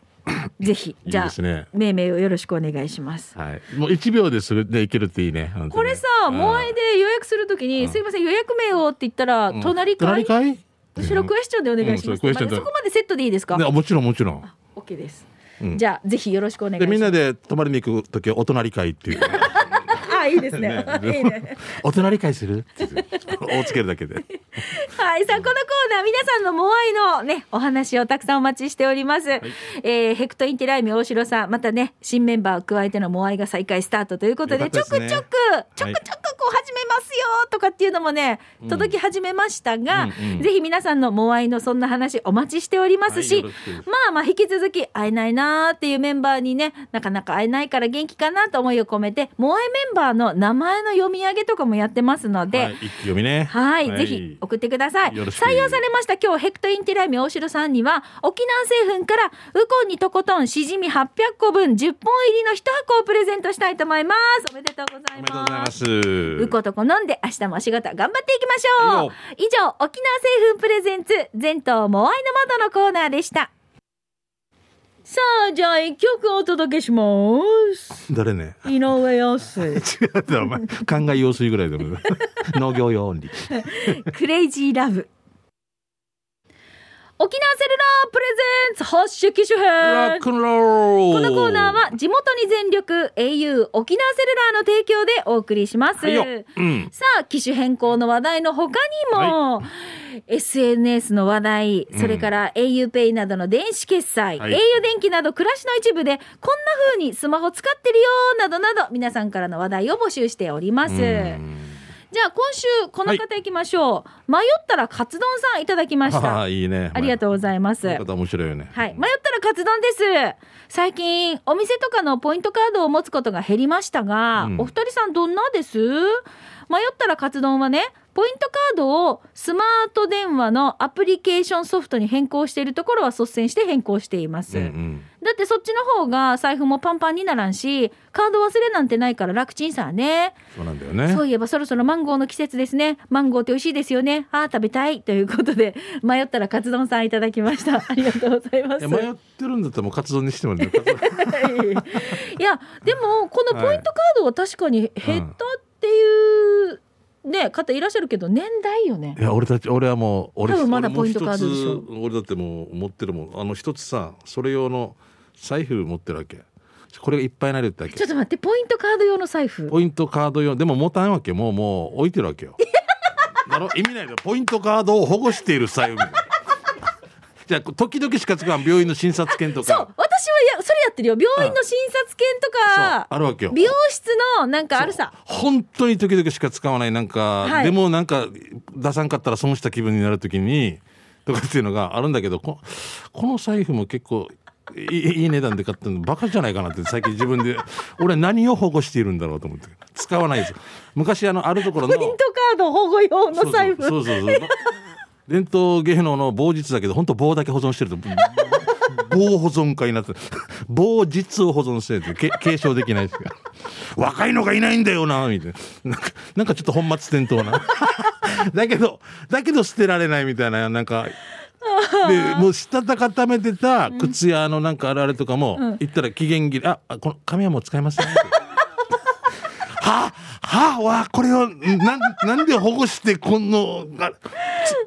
A: ぜひじゃあ
B: いいですね
A: 命名をよろしくお願いします
B: はい。もう1秒でするでいけるっていいね。本当に
A: これさ、モアイで予約するときに、すいません、予約名をって言ったら、
B: うん
A: 隣会
B: 隣会
A: 後ろクエスチョンでお願いし
B: う
A: ま
B: ん
A: す。
B: そうクエスチョン
A: ま
B: で
A: あそこまでセットでいいですか
B: ね。もちろん、もちろん。
A: オッケーです
B: う。ん
A: じゃあ、ぜひよろしくお願い
B: で、
A: し
B: みん
A: ます。
B: なで泊まりに行くときはお隣会っていう。
A: あ、あ、いい ですね。
B: ね
A: いいね。
B: お隣会す るって言っておつけるだけで。
A: はい。さあ、このコーナー、皆さんのモアイのね、お話をたくさんお待ちしております。えーヘクトインティライミ大城さん、またね、新メンバーを加えてのモアイが再開スタートということで、
B: よ
A: ち
B: か
A: ょ
B: っ
A: くちょ
B: た
A: く、
B: です
A: ち
B: ね
A: ょくちょ
B: はい
A: こう始めますよとかっていうのもね、届き始めましたが、
B: うんうん
A: ぜひ皆さんのモアイのそんな話お待ちしておりますし、
B: はいよろしく
A: まあまあ引き続き会えないなーっていうメンバーにねなかなか会えないから元気かなと思いを込めてモアイメンバーの名前の読み上げとかもやってますので。
B: は、
A: はいい
B: 一気読みね。
A: ぜひ送ってください。
B: よろしく
A: 採用されました今日ヘクトインティライミ大城さんには沖縄製粉からウコンにとことんしじみ800個分10本入りの1箱をプレゼントしたいと思います。おめでとうござ
B: お
A: い
B: めでとう
A: ま。
B: ございますす。
A: うことこ飲んで明日もお仕事頑張っていきましょう以上沖縄製粉プレゼンツ全島モアイの窓のコーナーでしたさあじゃあ一曲お届けします
B: 誰ね。
A: 井上陽水
B: 違うだろお前。考え用水ぐらい だも農業用オンリー。
A: クレイジーラブ沖縄セルラープレゼンツ発色機種
B: ロ
A: 編
B: ックンロー
A: この
B: ル。
A: コーナーは地元に全力 au 沖縄セルラーの提供でお送りします、
B: はいよ。うん。
A: さあ機種変更の話題の他にも、SNS の話題それから auPay などの電子決済、
B: はい
A: au 電気など暮らしの一部でこんな風にスマホ使ってるよなどなど皆さんからの話題を募集しておりますじゃ
B: うん
A: あ今週この方いきましょう、迷ったらカツ丼さんいただきまし
B: は
A: た
B: はいいね。
A: ありがとうございます
B: この方面白いよね。
A: はい。迷ったらカツ丼です。最近、お店とかのポイントカードを持つことが減りましたが、
B: うん
A: お二人さんどんなです迷ったらカツ丼はね、ポイントカードをスマート電話のアプリケーションソフトに変更しているところは率先して変更しています。
B: うんうん。
A: だってそっちの方が財布もパンパンにならんし、カード忘れなんてないから楽ちんさね。
B: そうなんだよね。
A: そういえばそろそろマンゴーの季節ですね。マンゴーって美味しいですよね。ああ、食べたい。ということで、迷ったらカツ丼さんいただきました。ありがとうございま
B: い
A: す。
B: や迷ってるんだったらもうカツ丼にしても らって
A: いやでもこのポイントカードは確かに減ったっていう、ね、方いらっしゃるけど年代よね
B: い。や俺たち俺はもう俺
A: 多分まだ
B: 俺も
A: ポイントカードでしょ
B: 一つ俺だってもう持ってるもんあの一つさそれ用の財布持ってるわけこれがいっぱいになるってわ
A: ちょ
B: け
A: っと待ってポイントカード用の財布
B: ポイントカード用でも持たないわけもうもう置いてるわけよだろ意味ないでポイントカードを保護している財布じゃあ時々しか使わん病院の診察券と
A: そう私は
B: か
A: やそれやってるよ病院の診察券と
B: そう
A: か
B: あるわけよ
A: 美容室のなんかあるさ
B: 本当に時々しか使わないなんか、
A: はい
B: でもなんか出さんかったら損した気分になるときにとかっていうのがあるんだけどここの財布も結構いいいい値段で買ってるのバカじゃないかなって最近自分で俺何を保護しているんだろうと思って使わないです昔あのあるところの
A: ポイントカード保護用の財布
B: そうそうそうそう 伝統芸能の棒実だけど本当棒だけ保存してると棒保存会になってる 棒実を保存してるってけ継承できないですから 若いのがいないんだよなみたいななんかなんかちょっと本末転倒な だけどだけど捨てられないみたいななんかでもうしたたかためてた靴屋のなんかあれあれとかも、行ったら期限切れああこの紙はもう使えません、はははこれをなんなんで保護してこのあ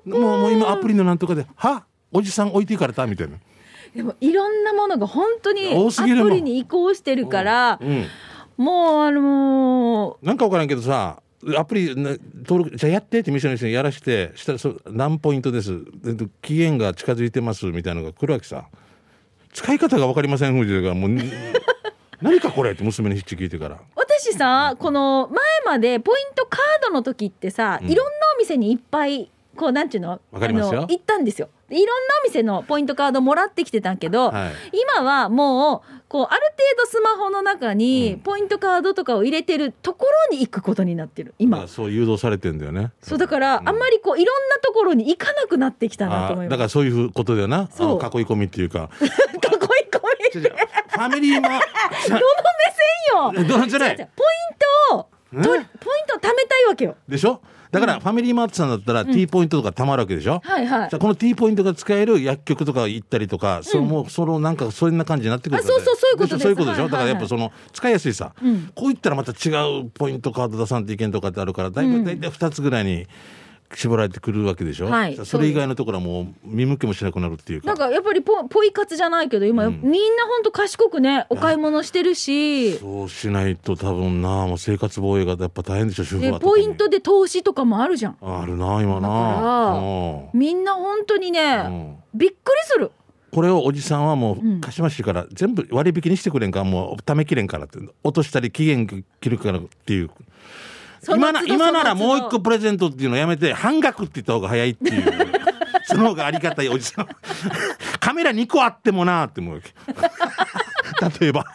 B: つもうもう今アプリのなんとかではおじさん置いていかれたみたいな
A: でもいろんなものが本当に
B: 多すぎるも
A: ア
B: ん
A: プリに移行してるから
B: うん、
A: もうあの
B: なんかわからんけどさアプリな登録じゃあやってってミッションの人にやらしてしたらそう何ポイントですえっと期限が近づいてますみたいなのが来るわけさ使い方がわかりませんふうじがもう何かこれって娘にひっち聞いてから
A: 私さこの前までポイントカードの時ってさ、
B: うん
A: いろんなお店にいっぱいこうなんていうの
B: わかりますよ
A: あの行ったんですよでいろんなお店のポイントカードもらってきてたけど、
B: はい
A: 今はもうこうある程度スマホの中
B: う
A: に
B: ん
A: ポイントカードとかを入れてるところに行くことになってる今、
B: だからそう誘導されてんだよね
A: そうだから、
B: うん
A: あんまりこういろんなところに行かなくなってきたなと
B: あ
A: 思い
B: ー
A: ます
B: だからそういうことだよなあ
A: そう
B: の囲い込みっていうか
A: かっこいいこい
B: 違う違うファミリーマ
A: いよ
B: どうなんじゃ
A: 違
B: な
A: う違
B: いう
A: ポイントをとポイントを貯めたいわけよ
B: でしょだからファミリーマートさんだったら T ポイントとかたまるわけでしょ、
A: はいはい
B: じゃあこの T ポイントが使える薬局とか行ったりとか、そうもうそのなんかそんな感じになってくる
A: あそうそうそういうことです
B: しょそういうことでしょ、
A: はいはいはい
B: だからやっぱその使いやすいさ、
A: うん
B: こういったらまた違うポイントカード出さんといけんとかってあるからだいぶ大体2つぐらいに絞られてくるわけでしょ、
A: はい
B: それ以外のところはもう見向きもしなくなるっていうか
A: なんかやっぱりポポイ活じゃないけど今、
B: うん
A: みんなほんと賢くねお買い物してるし、
B: そうしないと多分なもう生活防衛がやっぱ大変でしょ主婦は
A: で
B: 特に
A: ポイントで投資とかもあるじゃん
B: あるな
A: だ
B: 今な
A: からみんな本当にね、
B: うんうん
A: びっくりする
B: これをおじさんはも
A: うん
B: う貸しましてから全部割引にしてくれんかもうためきれんからって落としたり期限切るからっていう
A: その
B: 今
A: 都
B: な
A: 度
B: 今なら
A: その
B: も
A: 都
B: う一
A: 度
B: 個プレゼントっていうのやめて半額って言った方が早いっていう その方がありがたいおじさんカメラ2個あってもなーって思 うわけ例えば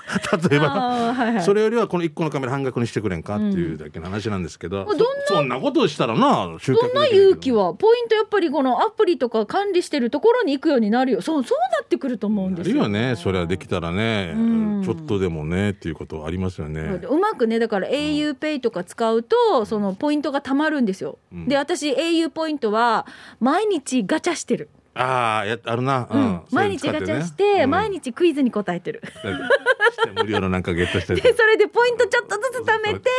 B: 例えば
A: あーはいはい
B: それよりはこの1個のカメラ半額にしてくれんかっていうだけの話なんですけど、
A: まあどん
B: そそんなことをしたらな集
A: そ
B: 客
A: んな
B: できる
A: 勇
B: け
A: 気
B: ど
A: はポイントやっぱりこのアプリとか管理してるところに行くようになるよそうそうなってくると思うん
B: あ
A: です
B: る
A: よ
B: よねそれはできたらね、
A: うん
B: ちょっとでもねっていうことはありますよね
A: うまくねだから auPay とか使うとそのポイントがたまるんですよ、
B: うん
A: で私 au ポイントは毎日ガチャしてる、
B: ああやあるな、う
A: うんん毎日ガチャして、毎
B: 日
A: 日クイズに答えてる
B: 無料のなんかゲットしたり
A: で それでポイントちょっとずつ貯めて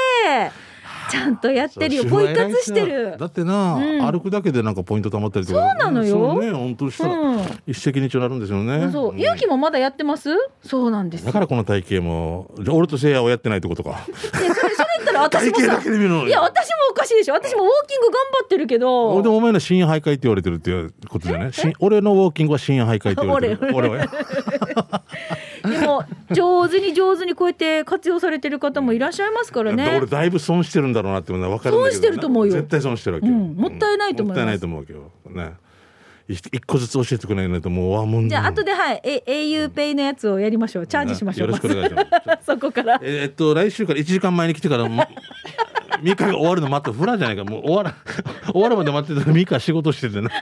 A: ちゃんとやってるよ
B: そう
A: ポイ活してる
B: だってな、
A: うん
B: 歩くだけでなんかポイント貯まったりとか
A: そうなのよ
B: そうね本当したら、
A: う
B: 一石二鳥になるんですよね
A: んそう、
B: ん
A: ゆうきもまだやってますそうなんですよ
B: だからこの体型もじゃあ俺とせいやをやってないってことか
A: ね それそれ言った ら私も
B: 体
A: さ
B: 型だけで見るの
A: いや私もおかしいでしょ私もウォーキング頑張ってるけど
B: 俺でもお前の深夜徘徊って言われてるっていうことじゃないし俺のウォーキングは深夜徘徊って言われ てる俺は
A: でも上手に上手にこうやって活用されてる方もいらっしゃいますから
B: だから
A: ね
B: 俺だいぶ損してるんだろうなっていうのは分かるんだけ
A: 損
B: ど
A: してると思うよ
B: 絶対損してるわけよ、
A: うんもったいないと思います
B: もったいないと思うわけどね一一個ずつ教えてくれないともうわもう
A: じゃあ後ではいえ auPay のやつをやりましょうチャージしましょう
B: よろしくお願いします
A: まず そこから
B: えーっと来週から1時間前に来てからもミカが終わるの待ってフラじゃないかもう終わら終わるまで待ってたらミカ仕事しててな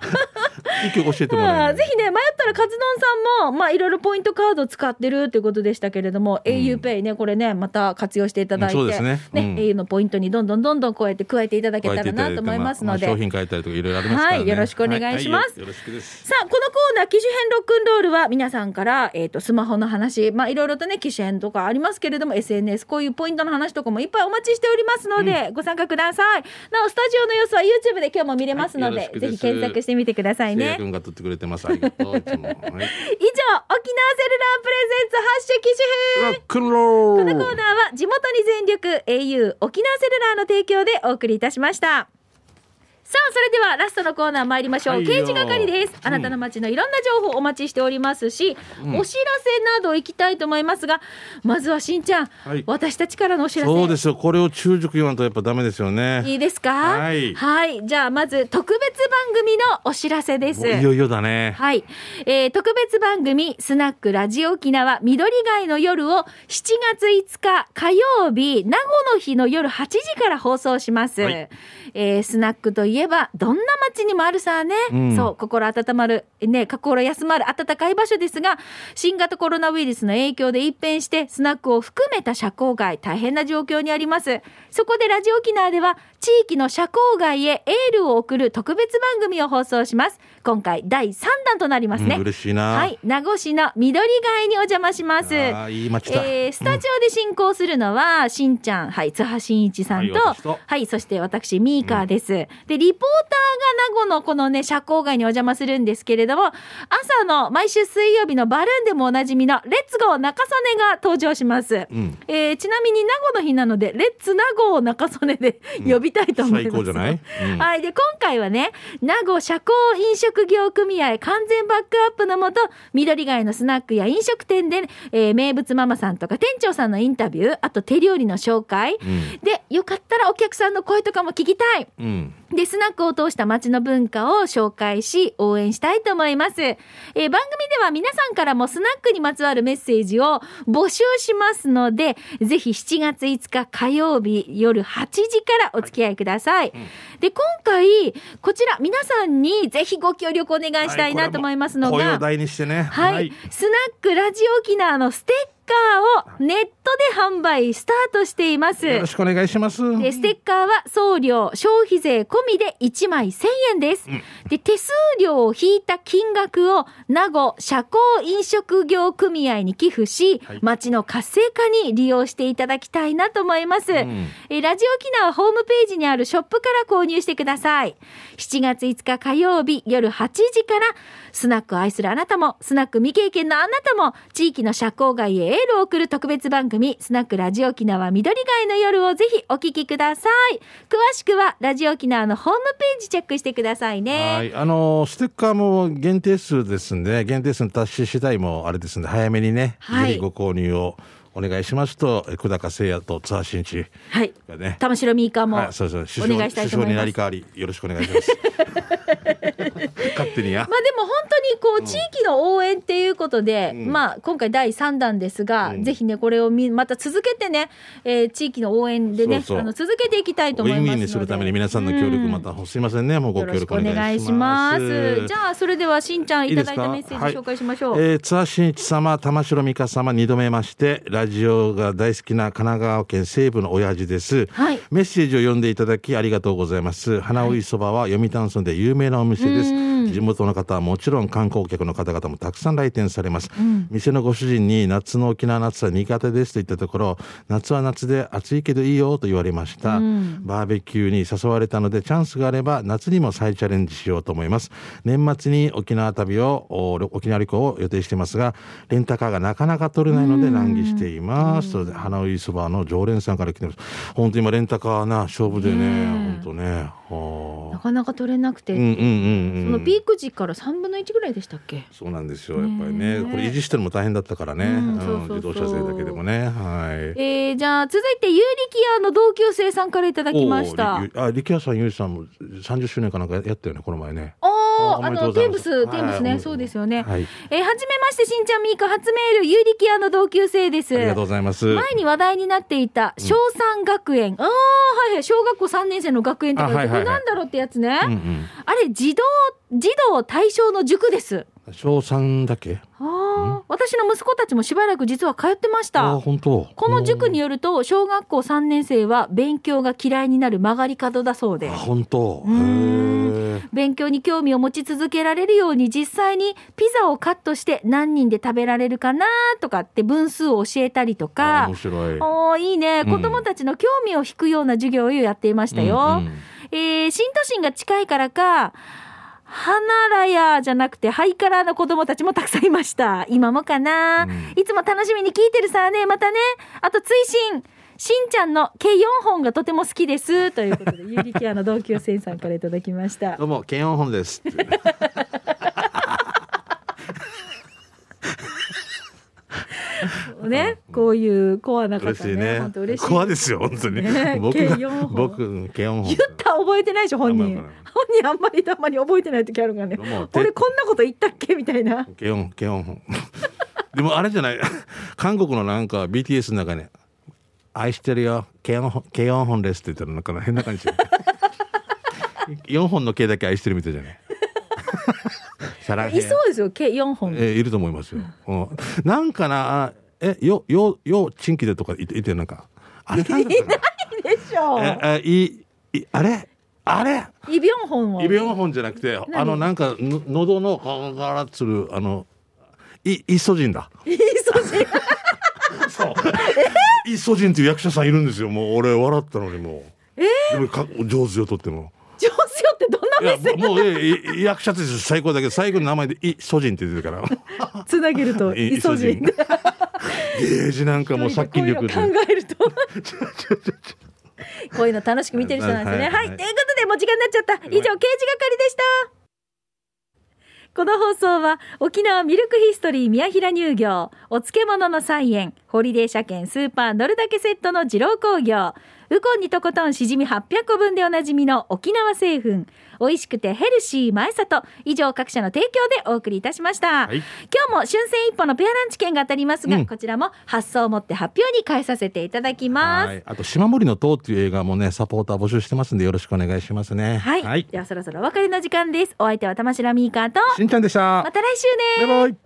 B: 一曲教えても
A: ま
B: ら
A: あ
B: えな
A: ぜ
B: い
A: ひね迷ったらカツ丼さんもまあいろいろポイントカード使ってるってことでしたけれども、auPay ねこれねまた活用していただいて、
B: うんそうですねうん
A: au のポイントにどんどんどんどんこうやって加えていただけたらなと思いますので、
B: あ商品変えたりとかいろいろありますからね
A: はいよろしくお願いします
B: ははよろしくです
A: さあ、このコーナー、機種編ロックンロールは、皆さんから、えっ、と、スマホの話、まあ、いろいろとね、機種編とかありますけれども、SNS、こういうポイントの話とかもいっぱいお待ちしておりますので、ご参加ください。なお、スタジオの様子は YouTube で今日も見れますので、
B: はいよろしく
A: ぜ
B: です
A: ひ検索してみてください
B: せい
A: ね。
B: や
A: 以上、沖縄セル
B: 君が撮ってくれてますありがとういつも、はい、ロ
A: ラープレゼンツ、ハッシュ機種編
B: ックンロー
A: このコーナーは地元に全力 au 沖縄セルラーの提供でお送りいたしましたさあそれではラストのコーナー参りましょう、
B: はいよ
A: 刑事係ですあなたの街のいろんな情報お待ちしておりますし、
B: うん
A: お知らせなど行きたいと思いますがまずはしんちゃん、
B: はい
A: 私たちからのお知らせ
B: そうですよこれを中熟言わんとやっぱダメですよね
A: いいですか
B: はい
A: はいじゃあまず特別番組のお知らせです
B: もういよいよだね
A: はい、えー特別番組「スナックラジオ沖縄緑街の夜」を7月5日火曜日名護の日の夜8時から放送します、
B: はい
A: えースナックといえばどんな街にもあるさね、
B: うん
A: そう心温まるね心休まる温かい場所ですが新型コロナウイルスの影響で一変してスナックを含めた社交街大変な状況にありますそこでラジオ沖縄では地域の社交街へエールを送る特別番組を放送します今回第3弾となりますね、
B: うん、嬉しいな
A: はい名護市の緑街にお邪魔しま
B: あ
A: す
B: ーいい街だ、
A: えースタジオで進行するのは、しんちゃん、はい、津波真一さんと、
B: はい
A: は
B: 私
A: い、
B: と
A: そして私、ミーカーです、で、リポーターが名護のこのね、社交街にお邪魔するんですけれども、朝の毎週水曜日のバルーンでもおなじみの、レッツゴー中曽根が登場します。
B: うん
A: えーちなみに名護の日なので、レッツ名護を中曽根で呼びたいと思います。
B: 最高じゃないうん
A: はい。で、今回はね、名護社交飲食業組合完全バックアップのもと、緑街のスナックや飲食店で、えー名物ママさんとか店長さんのインタビュー、あと手料理の紹介。
B: うん
A: で、よかったらお客さんの声とかも聞きたい。
B: うん
A: で、スナックを通した街の文化を紹介し、応援したいと思います。えー番組では皆さんからもスナックにまつわるメッセージを募集しますので、ぜひ7月5日火曜日夜8時からお付き合いください。で、今回、こちら皆さんにぜひご協力お願いしたいなと思いますのが、
B: はいこれも声を大にしてね
A: はい、スナックラジオ沖縄のステッッカーをネットで販売スタートしています。
B: よろしくお願いします。
A: でステッカーは送料、消費税込みで1枚1000円です。で、手数料を引いた金額を、名護社交飲食業組合に寄付し、
B: はい
A: 町の活性化に利用していただきたいなと思います。
B: ん
A: えラジオ沖縄ホームページにあるショップから購入してください。7月5日火曜日夜8時から、スナックを愛するあなたも、スナック未経験のあなたも、地域の社交外へエールを送る特別番組、スナックラジオ沖縄緑街の夜をぜひお聞きください。詳しくは、ラジオ沖縄のホームページチェックしてください
B: は
A: ね。
B: い、あのーステッカーも限定数ですんで、限定数の達成次第もあれですんで、早めにね、
A: はい
B: ぜひご購入をお願いしますと、え久高誠也と津波真一
A: はい。
B: がね、
A: 玉城ミーカーも、
B: はい、そうそう、
A: お願いしたいと思
B: 首相
A: い
B: にな
A: ま
B: り
A: す。
B: 変わり、よろしくお願い します。勝手にや。
A: まあでも本当にこう地域の応援っていうことで、
B: うん
A: まあ今回第3弾ですが、
B: うん
A: ぜひねこれをみまた続けてね、えー地域の応援でね
B: そうそう
A: あの続けていきたいと
B: ウ
A: 思い
B: ィン
A: ますので
B: ウィンにするために皆さんの協力ま
A: う
B: た、すいませんねもうご
A: よろ
B: 協
A: しく
B: 力
A: お願
B: お願
A: い
B: い
A: し
B: し
A: ま
B: ますす。
A: じゃあそれではしんちゃんいただいたメッセージ紹介しましょう
B: はいえー、津波真一様、玉城美香様、二度目まして、ラジオが大好きな神奈川県西部の親父です。
A: はい
B: メッセージを読んでいただきありがとうございます。花追いそばは読谷村で有名なお店です。地元の方はもちろん観光客の方々もたくさん来店されます。店のご主人に夏の沖縄夏は苦手ですと言ったところ、夏は夏で暑いけどいいよと言われました。バーベキューに誘われたのでチャンスがあれば夏にも再チャレンジしようと思います。年末に沖縄旅を、お沖縄旅行を予定していますが、レンタカーがなかなか取れないので難儀しています。ということで花追いそばの常連さんから来てます。本当今レンタカーな勝負でね、
A: ねえ
B: 本当ね。は
A: な
B: あ
A: かなか取れなくて、
B: うんうんうんうん。
A: そのピーク時から3分の1ぐらいでしたっけ
B: そうなんですよ、やっぱり
A: ねえ
B: ね。これ維持してるのも大変だったからね。
A: うん
B: うん
A: そうそうそう
B: 自動車税だけでもね。はい。
A: えー、じゃあ続いてユーリキアの同級生さんからいただきました
B: おーりあ、力也さん、ゆうじさんも30周年かなんかやったよね、この前ね。
A: お
B: あ
A: お
B: お
A: あ
B: めでとう
A: の
B: ござ
A: テー
B: い
A: ブ
B: ま
A: ス
B: す
A: テーブスね、
B: はい
A: そうですよね、
B: はい。
A: えー、はじめまして、しんちゃんみーか、初メール、ユーリキアの同級生です。
B: ありがとう
A: 前
B: ございます。
A: に話題になっていた、小三学園。ああ、はいはい、小学校3年生の学園って書いて、
B: あはいはいはい
A: これなんだろうってやつね。
B: うんうん。
A: あれ、児童、児童対象の塾です。
B: 小三だっけ
A: ああ、私の息子たちもしばらく実は通ってまし
B: あ
A: た
B: ー、。本当。
A: この塾によると、小学校3年生は勉強が嫌いになる曲がり角だそう
B: おー。
A: で
B: あ、。本当。へ
A: ん
B: ー
A: 勉強に興味を持ち続けられるように実際にピザをカットして何人で食べられるかなとかって分数を教えたりと
B: あー
A: か
B: 面。白い。
A: おーいいね、
B: うん
A: 子供たちの興味を引くような授業をやっていましたよ、
B: うんうん
A: えー新都心が近いからか花らやじゃなくてハイカラーの子供たちもたくさんいました今もかな、
B: うん
A: いつも楽しみに聞いてるさねまたねあと追伸しんちゃんの計4本がとても好きですということでユーリキアの同級生さんからいただきました
B: どうも、検温本です。
A: ね、こういうコアな方
B: 嬉しい
A: ね、
B: ね
A: 本当。嬉しい。
B: コアですよ、本当に
A: ね。
B: 僕
A: 計
B: が
A: 四本、
B: 僕、検
A: 言
B: 温本。
A: った覚えてないでしょ本人。
B: あ
A: 本
B: ま
A: 人あ
B: あま
A: んまりたまに覚えてない時あるからね
B: どうも。
A: 俺こんなこと言ったっけみたいな。
B: ケヨン、ケヨン。 でもあれじゃない。 韓国のなんか BTS の中に、愛してるよ、ケヨン、ケヨンホンですって言ったらなんか変な 感じ。4本の毛だけ愛してるみたいじ ゃない。サラヘ
A: いそうですよ計4本。
B: えーいると思いますよ。うん、なんかな、あえ、よ、よ、よ、チンキでとか言って、言ってなんか。あれなんだったか
A: でしょ
B: な。え、え、い、い、あれあれ
A: イビョンホンは
B: イベオンホンじゃなくて、あの、なんか、の喉のガラガラつる、あの、い、イソジンだ。
A: いいそうし
B: そう。 イソジンっていう役者さんいるんですよ。もう俺笑ったのにもう。でもか上手よとっても。
A: 上手よってどんないメ
B: や
A: ッセージ
B: もうえ役者として最高だけど最後の名前でイソジンって出て るから。
A: つなげるとイソジン。
B: ゲージなんかもう殺菌
A: こ
B: 力
A: ういうの考える と。こういうの楽しく見てる人なんですね。
B: はい
A: はい、
B: はい
A: ということでもう時間になっちゃった。以上刑事係でした。この放送は沖縄ミルクヒストリー宮平乳業、お漬物の菜園、ホリデー車券スーパー乗るだけセットの二郎工業、ウコンにとことんしじみ800個分でおなじみの沖縄製粉、美味しくてヘルシー前里、以上各社の提供でお送りいたしました。
B: はい
A: 今日も春戦一歩のペアランチ券が当たりますが、
B: うん
A: こちらも発送をもって発表に変えさせていただきます。
B: はい。あと島森の塔っていう映画もねサポーター募集してますんでよろしくお願いしますね。
A: はい。ではそろそろお別れの時間です。お相手は玉城ミーカーと、
B: しんちゃんでした。
A: また来週ね
B: バイバイ。